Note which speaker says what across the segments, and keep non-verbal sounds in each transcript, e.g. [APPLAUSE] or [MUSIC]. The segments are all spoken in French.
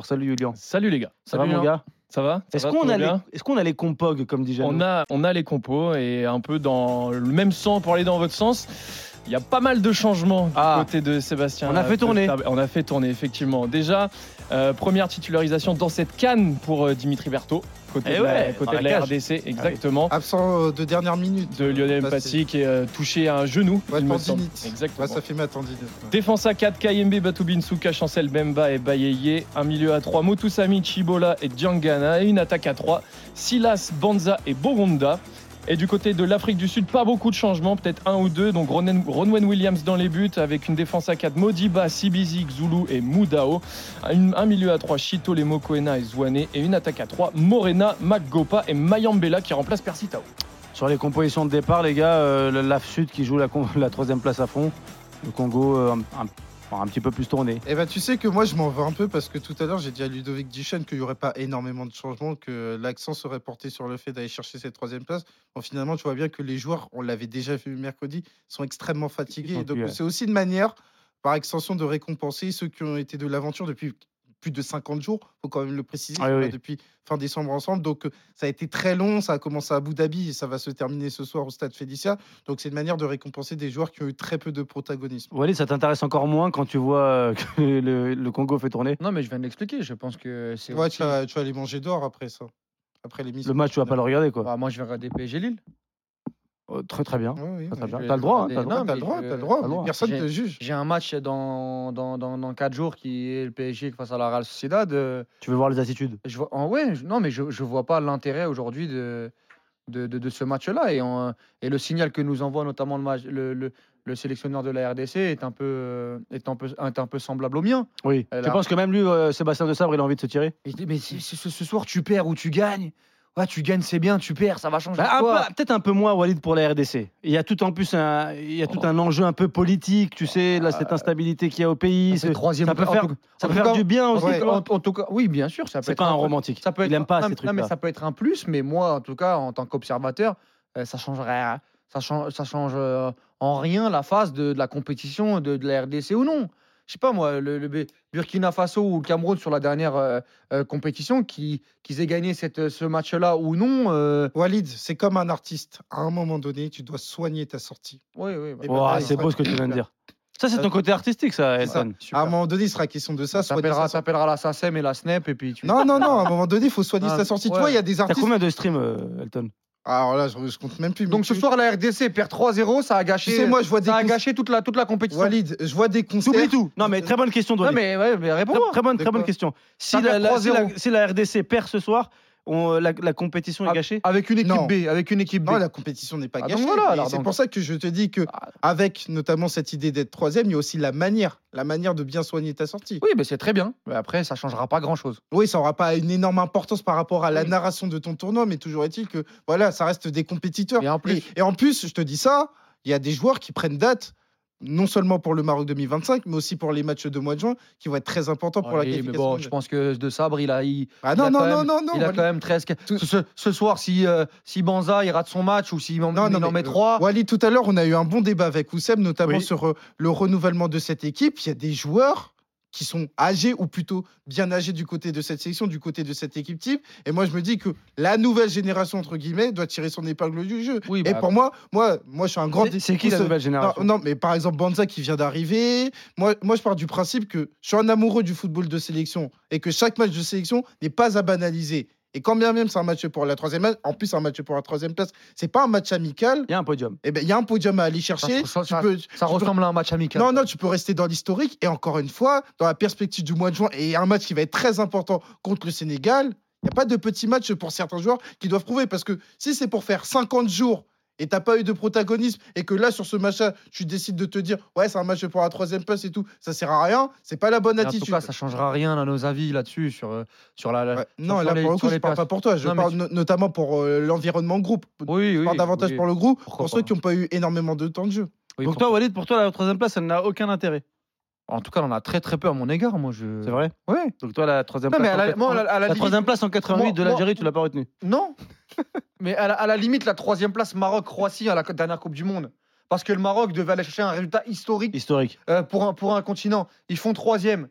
Speaker 1: Alors, salut Julien.
Speaker 2: Salut les gars.
Speaker 1: Ça va
Speaker 2: Salut,
Speaker 1: mon
Speaker 2: hein.
Speaker 1: gars
Speaker 2: Ça va Ça
Speaker 1: Est-ce
Speaker 2: va,
Speaker 1: qu'on
Speaker 2: tout va
Speaker 1: a, les...
Speaker 2: bien
Speaker 1: est-ce qu'on a les compogs comme dit Jeannot
Speaker 2: on a, on a les compos et un peu dans le même sens pour aller dans votre sens. Il y a pas mal de changements du
Speaker 1: Ah.
Speaker 2: côté de Sébastien.
Speaker 1: On a fait tourner.
Speaker 2: Vettel. On a fait tourner, effectivement. Déjà, euh, première titularisation dans cette canne pour euh, Dimitri Berthaud, côté,
Speaker 1: Eh
Speaker 2: de, la,
Speaker 1: ouais,
Speaker 2: côté
Speaker 1: dans
Speaker 2: de
Speaker 1: la
Speaker 2: la
Speaker 1: cage. Ah
Speaker 2: RDC, exactement.
Speaker 3: Absent euh, de dernière minute.
Speaker 2: De Lionel
Speaker 3: Bah, c'est-
Speaker 2: Mpassi qui est euh, touché à un genou.
Speaker 3: Ouais,
Speaker 2: il me semble.
Speaker 3: tendinite.
Speaker 2: Exactement.
Speaker 3: Ouais, ça fait ma tendinite.
Speaker 2: Défense à 4, Kayembe, Batubinsuka, Chancel, Bemba et Bayeye. Un milieu à 3, Motusami, Chibola et Djangana. Et une attaque à 3, Silas, Banza et Boronda. Et du côté de l'Afrique du Sud, pas beaucoup de changements, peut-être un ou deux. Donc Ronen- Ronwen Williams dans les buts avec une défense à 4, Modiba, Sibizi, Zulu et Moudao. Un, un milieu à 3, Chito, Lemo, Koena et Zouane. Et une attaque à 3, Morena, Maggopa et Mayambela qui remplace Persitao.
Speaker 1: Sur les compositions de départ, les gars, euh, le l'AF Sud qui joue la, con- [LAUGHS] la troisième place à fond. Le Congo, euh, un, un- un petit peu plus tourné.
Speaker 3: Et bah tu sais que moi je m'en veux un peu parce que tout à l'heure j'ai dit à Ludovic Dichen qu'il n'y aurait pas énormément de changements, que l'accent serait porté sur le fait d'aller chercher cette troisième place. Bon finalement tu vois bien que les joueurs, on l'avait déjà vu mercredi, sont extrêmement fatigués.
Speaker 1: sont
Speaker 3: Et donc
Speaker 1: plus, ouais.
Speaker 3: c'est aussi une manière, par extension, de récompenser ceux qui ont été de l'aventure depuis plus de 50 jours, faut quand même le préciser,
Speaker 1: Ah
Speaker 3: on
Speaker 1: oui.
Speaker 3: est depuis fin décembre ensemble. Donc euh, ça a été très long, ça a commencé à Abu Dhabi et ça va se terminer ce soir au stade Félicia. Donc c'est une manière de récompenser des joueurs qui ont eu très peu de protagonisme.
Speaker 1: Walid, ça t'intéresse encore moins quand tu vois euh, [LAUGHS] que le, le Congo fait tourner
Speaker 4: Non, mais je viens de l'expliquer. Je pense que c'est.
Speaker 3: Ouais,
Speaker 4: aussi-
Speaker 3: tu vas, tu vas aller manger dehors après ça. Après l'émission.
Speaker 1: Le match, tu vas pas le regarder quoi.
Speaker 4: Bah, moi, je vais regarder PSG Lille.
Speaker 1: Euh, très très bien.
Speaker 3: Ouais, oui,
Speaker 1: Très, très
Speaker 3: oui.
Speaker 1: bien.
Speaker 4: je-
Speaker 1: T'as le droit, hein,
Speaker 4: je-
Speaker 1: t'as le droit.
Speaker 4: non,
Speaker 3: Ouais, T'as le
Speaker 4: mais
Speaker 3: droit,
Speaker 4: je-
Speaker 3: t'as le droit.
Speaker 1: t'as le droit.
Speaker 3: Personne ne te juge.
Speaker 4: J'ai un match dans, dans, dans, dans 4 jours qui est le PSG face à la Real Sociedad. euh,
Speaker 1: Tu veux voir les attitudes
Speaker 4: Je vois, en ouais, je- non, mais je, je vois pas l'intérêt aujourd'hui de, de, de, de ce match-là. Et, en- et le signal que nous envoie notamment le, match- le, le, le sélectionneur de la RDC est un peu, euh, est un peu, est un peu semblable au mien.
Speaker 1: Oui.
Speaker 4: Elle
Speaker 1: Tu
Speaker 4: a-
Speaker 1: penses que même lui, euh, Sébastien de Sabre, il a envie de se tirer
Speaker 4: Et je dis, mais si- si ce, ce soir, tu perds ou tu gagnes. Ouais, tu gagnes, c'est bien, tu perds, ça va changer.
Speaker 1: Bah, un
Speaker 4: quoi.
Speaker 1: peu- Peut-être un peu moins Walid pour la RDC. Il y a tout en plus un, il y a tout un enjeu un peu politique, tu sais, là, cette instabilité qu'il y a au pays.
Speaker 4: Ah, C'est
Speaker 1: ce-
Speaker 4: troisième
Speaker 1: ça peut
Speaker 4: en
Speaker 1: faire-
Speaker 4: tout-
Speaker 1: Ça
Speaker 4: en
Speaker 1: peut
Speaker 4: tout
Speaker 1: faire
Speaker 4: cas-
Speaker 1: du bien aussi.
Speaker 3: ouais,
Speaker 1: tu
Speaker 4: en,
Speaker 1: vois.
Speaker 4: en tout cas, oui, bien sûr, ça peut
Speaker 1: C'est
Speaker 4: être
Speaker 1: pas un
Speaker 4: peu-
Speaker 1: romantique.
Speaker 4: Ça peut être,
Speaker 1: il aime pas
Speaker 4: non,
Speaker 1: ces
Speaker 4: mais- non, mais
Speaker 1: trucs-là.
Speaker 4: ça peut être un plus, mais moi, en tout cas, en tant qu'observateur, euh, ça change rien. Ça change, ça change euh, en rien la phase de, de la compétition de, de la RDC ou non. Je sais pas moi, le, le B- Burkina Faso ou le Cameroun sur la dernière euh, euh, compétition, qui- qu'ils aient gagné cette, ce match-là ou non. euh,
Speaker 3: Walid, c'est comme un artiste. À un moment donné, tu dois soigner ta sortie.
Speaker 4: ouais, ouais, bah,
Speaker 3: Et
Speaker 1: Ouah,
Speaker 3: bah,
Speaker 1: c'est
Speaker 3: il
Speaker 1: beau ce que tu viens de dire. Ça, c'est ton côté artistique, ça,
Speaker 3: C'est ça.
Speaker 1: Elton.
Speaker 3: À un
Speaker 4: super.
Speaker 3: moment donné, il sera question de ça. soigner
Speaker 4: T'appelleras
Speaker 3: sa sortie.
Speaker 4: t'appelleras la SACEM et la SNEP et puis tu.
Speaker 3: Non, non, non. À un moment donné, il faut soigner
Speaker 4: Ah,
Speaker 3: sa sortie.
Speaker 4: ouais.
Speaker 3: Tu vois, il y a des
Speaker 1: T'as
Speaker 3: artistes. Ah,
Speaker 1: combien de streams, euh, Elton
Speaker 3: Alors là, je, je compte même plus. mais
Speaker 4: Donc ce
Speaker 3: tu-
Speaker 4: soir, la RDC perd 3-0, ça a
Speaker 3: tu
Speaker 4: gâché,
Speaker 3: sais, moi, je vois des.
Speaker 4: ça a
Speaker 3: cons-
Speaker 4: gâché toute, la, toute la compétition.
Speaker 3: Walid, je vois des concerts.
Speaker 1: T'oublies tout. Non, mais très bonne question,
Speaker 4: non,
Speaker 1: Dolly.
Speaker 4: mais, ouais, mais
Speaker 1: Très,
Speaker 4: réponds-moi.
Speaker 1: très bonne,
Speaker 3: De
Speaker 1: très bonne
Speaker 3: quoi
Speaker 1: question. Si
Speaker 4: Ça
Speaker 1: la,
Speaker 4: fait
Speaker 1: la- si la-
Speaker 4: 3-0.
Speaker 1: si la RDC perd ce soir, on- euh, la, la
Speaker 4: Ah,
Speaker 1: compétition est gâchée
Speaker 4: Avec une équipe
Speaker 3: Non.
Speaker 4: B, avec une équipe B.
Speaker 3: Non, la compétition n'est pas
Speaker 4: Ah, donc
Speaker 3: gâchée.
Speaker 4: voilà,
Speaker 3: mais
Speaker 4: alors,
Speaker 3: c'est
Speaker 4: donc-
Speaker 3: pour ça que je te dis que,
Speaker 4: Ah.
Speaker 3: avec notamment cette idée d'être troisième, il y a aussi la manière, la manière de bien soigner ta sortie.
Speaker 4: Oui, mais c'est très bien. Mais après, ça changera pas grand-chose.
Speaker 3: Oui, ça n'aura pas une énorme importance par rapport à la
Speaker 4: Oui.
Speaker 3: narration de ton tournoi, mais toujours est-il que voilà, ça reste des compétiteurs.
Speaker 4: Et en plus-
Speaker 3: et en plus, je te dis ça, il y a des joueurs qui prennent date, non seulement pour le Maroc 2025, mais aussi pour les matchs de mois de juin, qui vont être très importants pour la
Speaker 4: Oui, mais
Speaker 3: qualification.
Speaker 4: bon, je
Speaker 3: mondiale.
Speaker 4: pense que de Sabre, il a, il,
Speaker 3: Ah
Speaker 4: il
Speaker 3: non,
Speaker 4: a
Speaker 3: non,
Speaker 4: quand
Speaker 3: non,
Speaker 4: même-
Speaker 3: non, non,
Speaker 4: il a
Speaker 3: Walid.
Speaker 4: quand même 13.
Speaker 3: Tout-
Speaker 4: Ce, ce soir, si, euh, si Banza il rate son match ou s'il en,
Speaker 3: Non,
Speaker 4: il
Speaker 3: non,
Speaker 4: en
Speaker 3: mais,
Speaker 4: met
Speaker 3: euh,
Speaker 4: 3,
Speaker 3: Walid, tout à l'heure, on a eu un bon débat avec Oussem, notamment
Speaker 1: Oui.
Speaker 3: sur euh, le renouvellement de cette équipe. Il y a des joueurs qui sont âgés ou plutôt bien âgés du côté de cette section, du côté de cette équipe type. Et moi, je me dis que la nouvelle génération, entre guillemets, doit tirer son épingle du jeu.
Speaker 4: oui,
Speaker 3: Et
Speaker 4: bah,
Speaker 3: pour moi, moi, moi, je suis un grand.
Speaker 1: C'est- C'est qui la
Speaker 3: Oussem-
Speaker 1: nouvelle
Speaker 3: non,
Speaker 1: génération
Speaker 3: non, mais par exemple, Banza qui vient d'arriver. Moi, moi, je pars du principe que je suis un amoureux du football de sélection et que chaque match de sélection n'est pas à banaliser. Et quand bien même c'est un match pour la troisième, place- en plus un match pour la troisième place, c'est pas un match amical.
Speaker 1: Il y a un podium.
Speaker 3: Eh ben, il y a un podium à aller chercher.
Speaker 4: ça,
Speaker 3: Tu peux- tu
Speaker 4: ça
Speaker 3: peux-
Speaker 4: ressemble à un match amical.
Speaker 3: non, non, tu peux rester dans l'historique et encore une fois, dans la perspective du mois de juin et un match qui va être très important contre le Sénégal, il n'y a pas de petit match pour certains joueurs qui doivent prouver parce que si c'est pour faire 50 jours et t'as pas eu de protagonisme et que là sur ce match-là, tu décides de te dire ouais c'est un match pour la troisième place et tout, ça sert à rien, c'est pas la bonne
Speaker 4: Mais en tout
Speaker 3: attitude.
Speaker 4: cas, ça changera rien à nos avis là-dessus sur, euh, sur la. la-
Speaker 3: Ouais.
Speaker 4: sur-
Speaker 3: Non,
Speaker 4: sur
Speaker 3: là
Speaker 4: les-
Speaker 3: pour le
Speaker 4: sur
Speaker 3: coup, je
Speaker 4: les
Speaker 3: parle
Speaker 4: places.
Speaker 3: pas pour toi, je
Speaker 4: Non, mais
Speaker 3: parle
Speaker 4: tu-
Speaker 3: no- notamment pour euh, l'environnement de groupe. Je
Speaker 4: Oui, oui.
Speaker 3: parle davantage
Speaker 4: oui.
Speaker 3: pour le groupe,
Speaker 4: Pourquoi
Speaker 3: pour ceux
Speaker 4: pas.
Speaker 3: qui n'ont pas eu énormément de temps de jeu.
Speaker 4: Oui,
Speaker 1: Donc
Speaker 4: pour-
Speaker 1: toi, Walid, pour toi, la troisième place, elle n'a aucun intérêt.
Speaker 4: En tout cas, on en a très très peu à mon égard. Moi, je.
Speaker 1: C'est vrai
Speaker 4: Ouais.
Speaker 1: Donc toi, la troisième
Speaker 4: Non, mais
Speaker 1: place.
Speaker 4: à
Speaker 1: en
Speaker 4: la,
Speaker 1: quatre-
Speaker 4: moi, à la- à la
Speaker 1: La
Speaker 4: limite-
Speaker 1: troisième place en 88 de
Speaker 4: Moi-
Speaker 1: l'Algérie, tu l'as pas retenu.
Speaker 4: Non. Mais à la, à la limite, la troisième place, Maroc-Croatie à la co- dernière Coupe du Monde. Parce que le Maroc devait aller chercher un résultat historique
Speaker 1: Historique.
Speaker 4: euh, pour, un, pour un continent. Ils font troisième.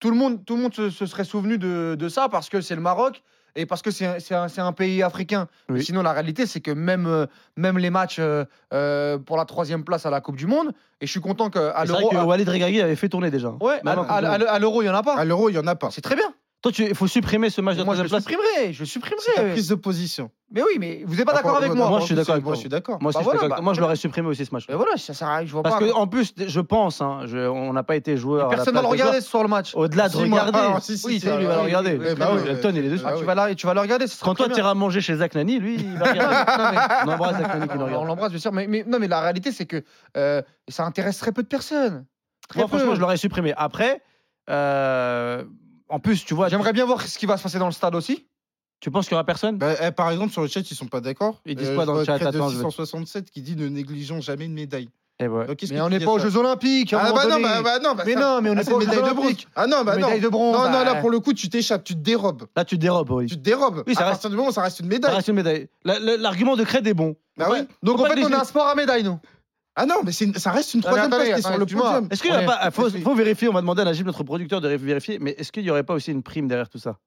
Speaker 4: Tout- tout le monde, tout le monde se, se serait souvenu de, de ça parce que c'est le Maroc et parce que c'est un- c'est un, c'est un pays africain. Mais
Speaker 1: Oui.
Speaker 4: Sinon, la réalité, c'est que même, euh, même les matchs euh, euh, pour la troisième place à la Coupe du Monde, et je suis content qu'à
Speaker 5: C'est vrai
Speaker 4: l'Euro,
Speaker 5: que
Speaker 4: à-
Speaker 5: Walid Regragui avait fait tourner déjà.
Speaker 4: ouais, à-
Speaker 5: Même en Coupe
Speaker 4: à-
Speaker 5: du Monde.
Speaker 4: à- à l'Euro, il n'y en a pas.
Speaker 3: À l'euro, il y en a pas.
Speaker 4: C'est très bien.
Speaker 5: Toi, tu- il faut supprimer ce match de la
Speaker 4: Moi, je le
Speaker 5: troisième place.
Speaker 4: supprimerai. Je le
Speaker 3: C'est la
Speaker 4: supprimerai.
Speaker 3: prise de position.
Speaker 4: Mais oui, mais vous n'êtes pas d'accord
Speaker 3: Enfin,
Speaker 4: avec
Speaker 3: euh,
Speaker 4: moi.
Speaker 5: moi, je suis d'accord avec
Speaker 3: Moi,
Speaker 5: toi.
Speaker 3: je suis d'accord.
Speaker 5: Moi aussi,
Speaker 4: Bah
Speaker 5: je suis
Speaker 4: voilà,
Speaker 5: d'accord.
Speaker 4: bah,
Speaker 5: moi, je l'aurais supprimé aussi ce match.
Speaker 4: Mais voilà, ça sert à rien, Je vois
Speaker 5: Parce
Speaker 4: pas.
Speaker 5: que, en plus, je pense, hein, je- on n'a pas été joueur. à la
Speaker 4: Personne ne
Speaker 5: place des
Speaker 4: le
Speaker 5: joueurs.
Speaker 4: regardait ce soir le match.
Speaker 5: Au-delà de
Speaker 3: Si, moi,
Speaker 5: regarder.
Speaker 3: ah, si, si,
Speaker 5: oui,
Speaker 3: si,
Speaker 5: ça, il
Speaker 3: oui,
Speaker 5: va le
Speaker 3: oui,
Speaker 5: regarder.
Speaker 3: oui, oui,
Speaker 5: Bah
Speaker 3: bah
Speaker 5: oui,
Speaker 3: oui,
Speaker 5: Elton,
Speaker 3: oui,
Speaker 5: il est dessus.
Speaker 4: Ah,
Speaker 3: bah
Speaker 4: tu,
Speaker 3: oui.
Speaker 4: vas la- tu vas le regarder. ce sera
Speaker 5: Quand
Speaker 4: très
Speaker 5: toi, tu
Speaker 4: bien.
Speaker 5: iras manger chez Zach Nani, lui, il va regarder.
Speaker 4: [LAUGHS] Non,
Speaker 5: On
Speaker 4: mais-
Speaker 5: embrasse Zach Nani qui nous
Speaker 4: On- On
Speaker 5: regarde.
Speaker 4: l'embrasse, bien sûr. Mais, mais- non, mais la réalité, c'est que euh, ça intéresse très peu de personnes. Très
Speaker 5: Moi,
Speaker 4: peu.
Speaker 5: franchement, je l'aurais supprimé. Après, euh, en plus, tu vois,
Speaker 4: J'aimerais bien voir ce qui va se passer dans le stade aussi.
Speaker 5: tu penses qu'il n'y aura personne
Speaker 3: Bah, eh, par exemple, sur le chat, ils sont pas d'accord.
Speaker 5: Ils disent quoi dans
Speaker 3: je
Speaker 5: le
Speaker 3: vois
Speaker 5: chat
Speaker 3: Crête de
Speaker 5: Attends, je vais-
Speaker 3: 667 qui dit ne négligeons jamais une médaille.
Speaker 5: Eh ouais.
Speaker 3: Donc, qu'est-ce
Speaker 4: Mais
Speaker 3: que
Speaker 4: on
Speaker 3: tu
Speaker 4: n'est
Speaker 3: dis
Speaker 4: pas
Speaker 3: à
Speaker 4: aux
Speaker 3: ça
Speaker 4: Jeux Olympiques. à un
Speaker 3: Ah
Speaker 4: moment
Speaker 3: bah non,
Speaker 4: donné.
Speaker 3: bah, bah non, bah
Speaker 4: mais
Speaker 3: ça-
Speaker 4: non, mais on
Speaker 3: ah,
Speaker 4: n'est
Speaker 3: c'est
Speaker 4: pas aux
Speaker 3: une
Speaker 4: Jeux
Speaker 3: médaille de bronze.
Speaker 4: Olympiques.
Speaker 3: Ah non, bah non.
Speaker 4: médaille de bronze.
Speaker 3: Non, non, là
Speaker 4: euh,
Speaker 3: pour le coup, tu t'échappes, tu te dérobes.
Speaker 5: Là, tu te dérobes, oui.
Speaker 3: Tu te dérobes.
Speaker 5: Oui, ça
Speaker 3: à
Speaker 5: reste-
Speaker 3: partir du moment où ça reste une
Speaker 5: Ça
Speaker 3: médaille.
Speaker 5: reste une médaille. La- la- L'argument de Cred est bon.
Speaker 4: Ah
Speaker 3: Bah oui.
Speaker 4: Donc
Speaker 5: Faut
Speaker 4: en
Speaker 5: pas
Speaker 4: fait, on
Speaker 5: négliger.
Speaker 4: a un sport à médaille, nous.
Speaker 3: Ah non, mais c'est une- ça reste une
Speaker 4: Non, mais
Speaker 3: troisième place
Speaker 4: attendez,
Speaker 3: qui est sur le
Speaker 4: attendez, dis-moi.
Speaker 3: podium.
Speaker 5: Est-ce qu'il n'y
Speaker 4: On
Speaker 5: a
Speaker 4: est-
Speaker 5: pas. ah, Faut,
Speaker 3: est-
Speaker 5: faut vérifier, on va demander à Najib, notre producteur, de ré- vérifier. Mais est-ce qu'il n'y aurait pas aussi une prime derrière tout ça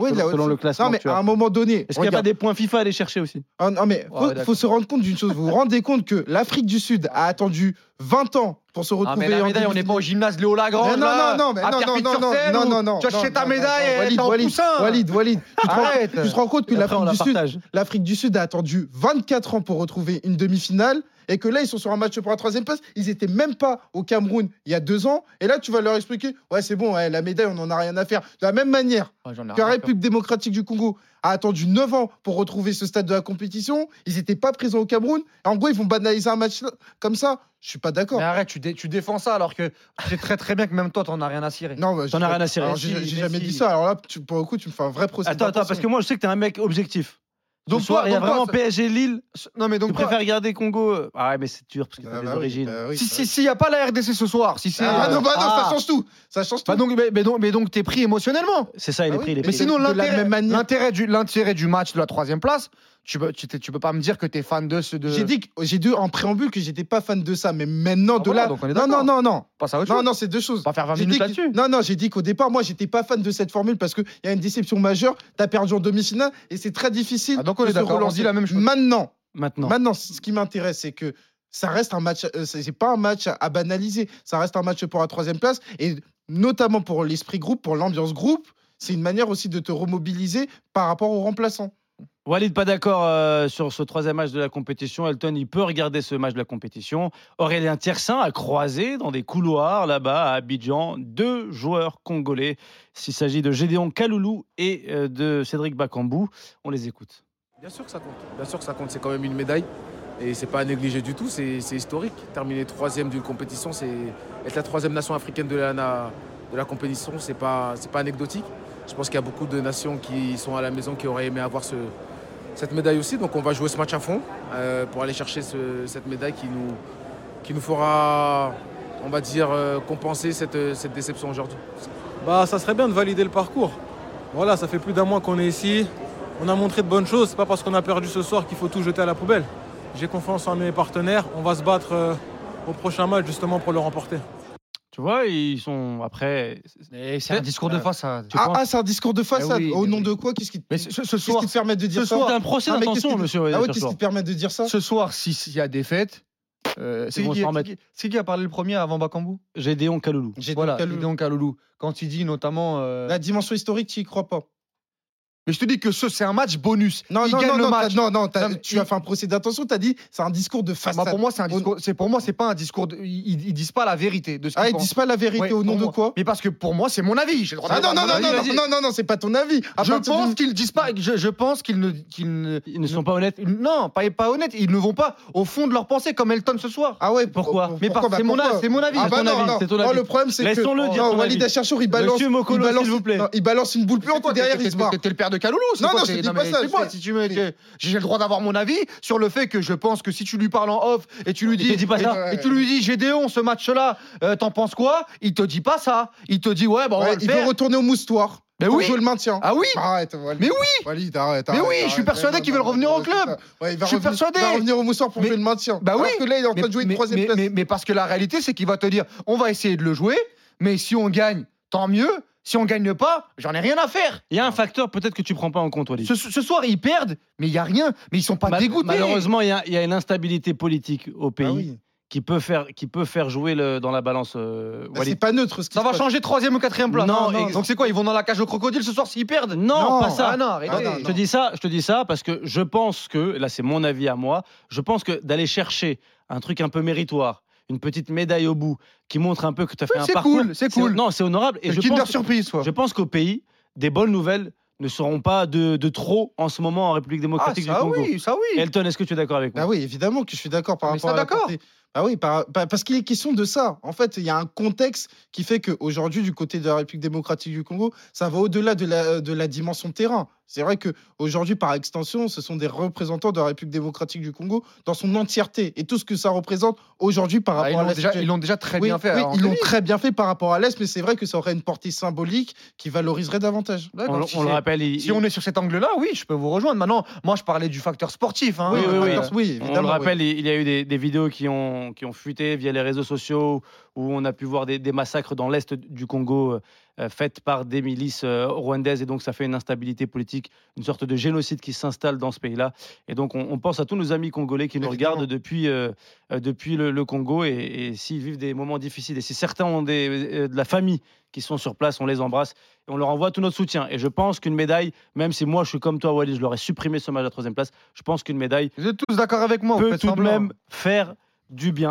Speaker 3: Oui,
Speaker 5: selon-
Speaker 3: là,
Speaker 5: selon le
Speaker 3: non,
Speaker 5: classement,
Speaker 3: mais
Speaker 5: tu
Speaker 3: à
Speaker 5: vois.
Speaker 3: un moment donné,
Speaker 5: Est-ce qu'il n'y a pas
Speaker 3: regarde.
Speaker 5: des points FIFA à aller chercher aussi
Speaker 3: Ah non, mais
Speaker 4: Ouais,
Speaker 3: faut,
Speaker 4: d'accord.
Speaker 3: faut se rendre compte d'une chose. Vous vous rendez compte que l'Afrique du Sud a attendu 20 ans pour se
Speaker 4: Ah,
Speaker 3: retrouver
Speaker 4: mais la
Speaker 3: en
Speaker 4: médaille, on n'est pas au gymnase Léo Lagrange.
Speaker 3: Mais non,
Speaker 4: là,
Speaker 3: non, non, mais
Speaker 4: à
Speaker 3: non, non, non,
Speaker 4: Pierrefitte-sur-Seine,
Speaker 3: non,
Speaker 4: où
Speaker 3: non, non,
Speaker 4: Tu achètes
Speaker 3: non,
Speaker 4: ta
Speaker 3: non,
Speaker 4: médaille,
Speaker 3: non,
Speaker 4: elle est
Speaker 3: Walid,
Speaker 4: en
Speaker 3: Walid,
Speaker 4: poussin.
Speaker 3: Walid, Walid, tu te rends-
Speaker 4: Arrête.
Speaker 3: tu te rends compte que
Speaker 5: Et après, on
Speaker 3: l'Afrique
Speaker 5: la
Speaker 3: du Sud
Speaker 5: partage.
Speaker 3: L'Afrique du Sud a attendu 24 ans pour retrouver une demi-finale et que là, ils sont sur un match pour la troisième place. Ils étaient même pas au Cameroun il y a deux ans. Et là, tu vas leur expliquer Ouais, c'est bon, ouais, la médaille, on n'en a rien à faire. De la même manière
Speaker 4: Ouais, j'en ai
Speaker 3: que la
Speaker 4: rien à faire.
Speaker 3: République démocratique du Congo a attendu 9 ans pour retrouver ce stade de la compétition, ils n'étaient pas présents au Cameroun. En gros, ils vont banaliser un match comme ça. Je suis pas d'accord.
Speaker 4: Mais arrête, tu, dé- tu défends ça alors que tu sais très très bien que même toi, t'en as rien à cirer.
Speaker 3: Non, bah,
Speaker 5: T'en
Speaker 3: je-
Speaker 5: as rien à cirer.
Speaker 3: alors, j'ai
Speaker 4: Messi,
Speaker 3: j'ai jamais
Speaker 4: Messi.
Speaker 3: dit ça. Alors là, tu- pour le coup, tu me fais un vrai procès.
Speaker 5: Attends, attends, parce que moi, je sais que t'es un mec objectif. Donc,
Speaker 4: Donc
Speaker 5: ce soir,
Speaker 4: toi-
Speaker 5: il y a
Speaker 4: donc toi,
Speaker 5: vraiment
Speaker 4: ça-
Speaker 5: PSG Lille.
Speaker 4: Non, mais
Speaker 5: Tu
Speaker 4: donc, toi-
Speaker 5: préfères regarder Congo Ah ouais, mais c'est dur parce que t'as
Speaker 3: Ah,
Speaker 5: des
Speaker 3: bah oui,
Speaker 5: origines.
Speaker 3: bah oui,
Speaker 4: si
Speaker 3: bah oui.
Speaker 4: s'il n'y a pas la RDC ce soir, si c'est.
Speaker 3: Ah,
Speaker 4: euh,
Speaker 3: non, bah non,
Speaker 4: ah.
Speaker 3: ça change tout. Ça change tout.
Speaker 4: Bah donc, mais, mais donc, mais donc t'es pris émotionnellement.
Speaker 5: C'est ça, il
Speaker 3: Ah
Speaker 5: est
Speaker 3: oui,
Speaker 5: pris. il est
Speaker 3: mais
Speaker 4: Mais
Speaker 5: pris.
Speaker 4: sinon,
Speaker 3: de la
Speaker 4: l'intérêt
Speaker 3: même manière-
Speaker 4: l'intérêt du, l'intérêt du match de la troisième place, tu peux, tu, t'es- tu peux pas me dire que t'es fan de ce. De...
Speaker 3: J'ai dit, que- j'ai dit en préambule que j'étais pas fan de ça, mais maintenant
Speaker 4: Ah
Speaker 3: de
Speaker 4: voilà,
Speaker 3: là.
Speaker 4: donc on est
Speaker 3: non, non, non,
Speaker 4: d'accord.
Speaker 3: non.
Speaker 4: Passe à autre
Speaker 3: Non,
Speaker 4: chose.
Speaker 3: non, c'est deux choses.
Speaker 4: On va faire 20
Speaker 3: J'ai dit
Speaker 4: minutes
Speaker 3: que-
Speaker 4: là-dessus.
Speaker 3: Non, non, j'ai dit qu'au départ, moi, j'étais pas fan de cette formule parce qu'il y a une déception majeure. T'as perdu en demi-finale et c'est très difficile.
Speaker 4: Ah, donc on
Speaker 3: de
Speaker 4: est
Speaker 3: se
Speaker 4: d'accord, on
Speaker 3: relancer.
Speaker 4: dit la même chose.
Speaker 3: Maintenant,
Speaker 5: Maintenant.
Speaker 3: maintenant, ce qui m'intéresse, c'est que ça reste un match. euh, c'est c'est pas un match à, à banaliser. Ça reste un match pour la troisième place et notamment pour l'esprit groupe, pour l'ambiance groupe. C'est une manière aussi de te remobiliser par rapport aux remplaçants.
Speaker 5: Walid, pas d'accord euh, sur ce troisième match de la compétition. Elton, il peut regarder ce match de la compétition. Aurélien Tiersin a croisé dans des couloirs là-bas à Abidjan deux joueurs congolais. S'il s'agit de Gédéon Kaloulou et euh, de Cédric Bakambou, on les écoute.
Speaker 6: Bien sûr que ça compte. Bien sûr que ça compte. C'est quand même une médaille. Et c'est pas à négliger du tout. C'est c'est historique. Terminer troisième d'une compétition, c'est être la troisième nation africaine de la, na- de la compétition. C'est pas, c'est pas anecdotique. Je pense qu'il y a beaucoup de nations qui sont à la maison qui auraient aimé avoir ce- cette médaille aussi. Donc on va jouer ce match à fond euh, pour aller chercher ce- cette médaille qui nous, qui nous fera, on va dire, euh, compenser cette- cette déception aujourd'hui.
Speaker 7: Bah, ça serait bien de valider le parcours. Voilà, ça fait plus d'un mois qu'on est ici. On a montré de bonnes choses. C'est pas parce qu'on a perdu ce soir qu'il faut tout jeter à la poubelle. J'ai confiance en mes partenaires. On va se battre euh, au prochain match justement pour le remporter.
Speaker 5: Tu vois, ils sont après.
Speaker 4: Mais C'est un discours de face. ça.
Speaker 5: Tu
Speaker 3: Ah,
Speaker 5: penses
Speaker 3: ah, c'est un discours de façade.
Speaker 4: Eh oui,
Speaker 3: au
Speaker 4: mais
Speaker 3: nom
Speaker 4: oui.
Speaker 3: de quoi Qu'est-ce qui,
Speaker 4: Mais ce, ce
Speaker 3: qu'est-ce
Speaker 4: soir,
Speaker 3: qui te permet de dire
Speaker 4: ce
Speaker 3: ça
Speaker 4: soir,
Speaker 5: C'est un procès
Speaker 3: Ah, mais
Speaker 5: d'intention,
Speaker 3: qu'est-ce que-
Speaker 5: monsieur.
Speaker 3: Ah ouais,
Speaker 5: Walid,
Speaker 3: qu'est-ce
Speaker 5: Tiersin.
Speaker 3: qui te permet de dire ça
Speaker 4: ce soir, si- s'il y a défaite, euh, c'est
Speaker 5: Ils vont
Speaker 4: qui,
Speaker 5: s'en
Speaker 4: c'est
Speaker 5: remettre.
Speaker 4: qui- c'est qui a parlé le premier avant Bakambu
Speaker 5: Gédéon Kaloulou.
Speaker 3: J'ai
Speaker 4: Voilà,
Speaker 3: dit qu'à le-
Speaker 4: donc à Loulou. Quand il dit notamment. euh,
Speaker 3: La dimension historique, tu y crois pas.
Speaker 4: Mais je te dis que ce, c'est un match bonus.
Speaker 3: Non,
Speaker 4: il
Speaker 3: non,
Speaker 4: gagne
Speaker 3: non,
Speaker 4: le
Speaker 3: non, t'as-
Speaker 4: match.
Speaker 3: non, non, t'as-
Speaker 4: Non, mais
Speaker 3: tu
Speaker 4: il-
Speaker 3: as fait un procès d'attention, t'as dit, c'est un discours de
Speaker 4: Moi,
Speaker 3: façade.
Speaker 4: bah, pour moi, c'est un discours. C'est pour moi, c'est pas un discours. de- Ils, ils disent pas la vérité de ce qu'ils
Speaker 3: Ah, ils
Speaker 4: pensent.
Speaker 3: disent pas la vérité
Speaker 4: Ouais,
Speaker 3: au nom
Speaker 4: pour
Speaker 3: de
Speaker 4: moi.
Speaker 3: quoi
Speaker 4: Mais parce que pour moi, c'est mon avis. J'ai le droit
Speaker 3: Ah non,
Speaker 4: d'avoir
Speaker 3: non,
Speaker 4: mon
Speaker 3: non,
Speaker 4: avis,
Speaker 3: non,
Speaker 4: vas-y.
Speaker 3: non, non, non, non, c'est pas ton avis. À
Speaker 4: Je
Speaker 3: partir
Speaker 4: pense
Speaker 3: du-
Speaker 4: qu'ils disent pas. Je, je pense qu'ils ne, qu'ils ne-
Speaker 5: Ils ne sont pas honnêtes.
Speaker 4: Non, pas, pas honnêtes. Ils ne vont pas au fond de leur pensée comme Elton ce soir.
Speaker 3: Ah ouais,
Speaker 5: Pourquoi
Speaker 3: pour-
Speaker 4: mais parce-
Speaker 3: pourquoi
Speaker 4: c'est
Speaker 3: Bah,
Speaker 4: mon,
Speaker 3: pourquoi
Speaker 4: avis, c'est mon avis.
Speaker 3: Ah
Speaker 5: c'est
Speaker 3: bah
Speaker 5: ton
Speaker 3: non,
Speaker 5: avis,
Speaker 3: non,
Speaker 5: c'est ton
Speaker 3: non,
Speaker 5: avis.
Speaker 3: le problème c'est que
Speaker 5: Laissons-le dire
Speaker 3: non,
Speaker 5: son
Speaker 3: Walid
Speaker 5: avis.
Speaker 3: Acharchour, il balance,
Speaker 5: Monsieur
Speaker 3: il
Speaker 5: Mokolo,
Speaker 3: balance,
Speaker 5: s'il vous plaît.
Speaker 3: non, il balance une boule puante et derrière il se barre.
Speaker 4: T'es le père de Kaloulou. c'est
Speaker 3: Non,
Speaker 4: quoi,
Speaker 3: non,
Speaker 4: t'es-
Speaker 3: je te dis pas
Speaker 4: mais
Speaker 3: ça,
Speaker 4: c'est quoi,
Speaker 3: c'est-
Speaker 4: si tu me- j'ai j'ai le droit d'avoir mon avis sur le fait que je pense que si tu lui parles en off et tu lui
Speaker 5: Il
Speaker 4: dis,
Speaker 5: te dit pas
Speaker 4: et-
Speaker 5: ça.
Speaker 4: et tu lui dis Gédéon, ce match-là, euh, t'en penses quoi Il te dit pas ça. Il te dit ouais, bah on va
Speaker 3: Ouais,
Speaker 4: le
Speaker 3: Il
Speaker 4: faire.
Speaker 3: veut retourner au moustoir.
Speaker 4: Mais
Speaker 3: pour
Speaker 4: oui.
Speaker 3: jouer le maintien.
Speaker 4: Ah oui.
Speaker 3: Arrête, Walid.
Speaker 4: Mais oui.
Speaker 3: Walid, arrête.
Speaker 4: Mais
Speaker 3: arrête,
Speaker 4: oui, je suis
Speaker 3: arrête.
Speaker 4: persuadé
Speaker 3: Non,
Speaker 4: qu'ils veulent
Speaker 3: non,
Speaker 4: revenir
Speaker 3: non,
Speaker 4: au
Speaker 3: non,
Speaker 4: club.
Speaker 3: Ouais, il va
Speaker 4: Je suis
Speaker 3: revenir-
Speaker 4: persuadé.
Speaker 3: Il va revenir au Moussoir pour
Speaker 4: Mais-
Speaker 3: jouer le maintien.
Speaker 4: Bah oui.
Speaker 3: Alors que là, il est en train de jouer une troisième place. Bah
Speaker 4: mais- mais parce que la réalité, c'est qu'il va te dire on va essayer de le jouer, mais si on gagne, tant mieux. Si on gagne pas, j'en ai rien à faire.
Speaker 5: Il y a un facteur peut-être que tu prends pas en compte, Walid.
Speaker 4: Ce, ce soir, ils perdent, mais il y a rien. Mais ils sont pas
Speaker 5: Mal-
Speaker 4: dégoûtés.
Speaker 5: Malheureusement, il y, a- il y a une instabilité politique au pays
Speaker 3: Ah oui.
Speaker 5: qui, peut faire, qui peut faire jouer le- dans la balance euh,
Speaker 3: Bah,
Speaker 5: Walid.
Speaker 3: c'est pas neutre ce qui
Speaker 4: Ça
Speaker 3: se
Speaker 4: va
Speaker 3: passe.
Speaker 4: changer troisième ou quatrième place.
Speaker 5: Non, et-
Speaker 4: Donc c'est quoi Ils vont dans la cage au crocodile ce soir s'ils perdent
Speaker 5: Non, pas ça.
Speaker 4: Ah non, arrêtez.
Speaker 3: Ah non,
Speaker 5: Je te dis ça, je te dis ça parce que je pense que là c'est mon avis à moi. Je pense que d'aller chercher un truc un peu méritoire, une petite médaille au bout qui montre un peu que tu as fait
Speaker 4: Oui,
Speaker 5: un
Speaker 4: c'est
Speaker 5: parcours.
Speaker 4: cool, c'est cool.
Speaker 5: Non, c'est honorable et
Speaker 3: C'est
Speaker 5: je
Speaker 3: Kinder
Speaker 5: pense,
Speaker 3: surprise, quoi.
Speaker 5: je pense qu'au pays des bonnes nouvelles ne seront pas de, de trop en ce moment en République
Speaker 4: Ah,
Speaker 5: démocratique du
Speaker 4: ça
Speaker 5: Congo.
Speaker 4: oui, ça oui.
Speaker 5: Elton, est-ce que tu es d'accord avec moi
Speaker 3: Bah oui, évidemment que je suis d'accord par
Speaker 4: Mais
Speaker 3: rapport
Speaker 4: ça,
Speaker 3: à la
Speaker 4: d'accord.
Speaker 3: portée. Bah oui, par- par- parce qu'il est question de ça. En fait, il y a un contexte qui fait qu'aujourd'hui, du côté de la République démocratique du Congo, ça va au-delà de la, de la dimension terrain. C'est vrai qu'aujourd'hui, par extension, ce sont des représentants de la République démocratique du Congo dans son entièreté et tout ce que ça représente aujourd'hui par
Speaker 4: Ah,
Speaker 3: rapport
Speaker 4: ils
Speaker 3: à
Speaker 4: l'ont
Speaker 3: la
Speaker 4: déjà,
Speaker 3: situation.
Speaker 4: ils l'ont déjà très
Speaker 3: Oui,
Speaker 4: bien fait. hein.
Speaker 3: oui,
Speaker 4: alors.
Speaker 3: ils l'ont très bien fait par rapport à l'Est, mais c'est vrai que ça aurait une portée symbolique qui valoriserait davantage.
Speaker 4: D'accord,
Speaker 5: on,
Speaker 4: si
Speaker 5: on le
Speaker 4: c'est-
Speaker 5: rappelle, il-
Speaker 4: Si on est sur cet angle-là, oui, je peux vous rejoindre. Maintenant, moi, je parlais du facteur sportif. hein.
Speaker 5: Oui, oui, oui.
Speaker 4: Euh,
Speaker 3: Alors, oui,
Speaker 5: On
Speaker 3: évidemment,
Speaker 5: le
Speaker 3: oui.
Speaker 5: rappelle, il- il y a eu des, des vidéos qui ont, qui ont fuité via les réseaux sociaux où on a pu voir des, des massacres dans l'est du Congo euh, faits par des milices euh, rwandaises et donc ça fait une instabilité politique, une sorte de génocide qui s'installe dans ce pays-là. Et donc on, on pense à tous nos amis congolais qui nous
Speaker 3: Évidemment.
Speaker 5: regardent depuis, euh, euh, depuis le, le Congo et, et s'ils vivent des moments difficiles et si certains ont des, euh, de la famille qui sont sur place, on les embrasse et on leur envoie tout notre soutien. Et je pense qu'une médaille, même si moi je suis comme toi Wally, je leur ai supprimé ce match à la troisième place, je pense qu'une médaille
Speaker 4: Vous êtes tous d'accord avec moi vous
Speaker 5: peut
Speaker 4: faites
Speaker 5: tout de
Speaker 4: semblant.
Speaker 5: même faire du bien.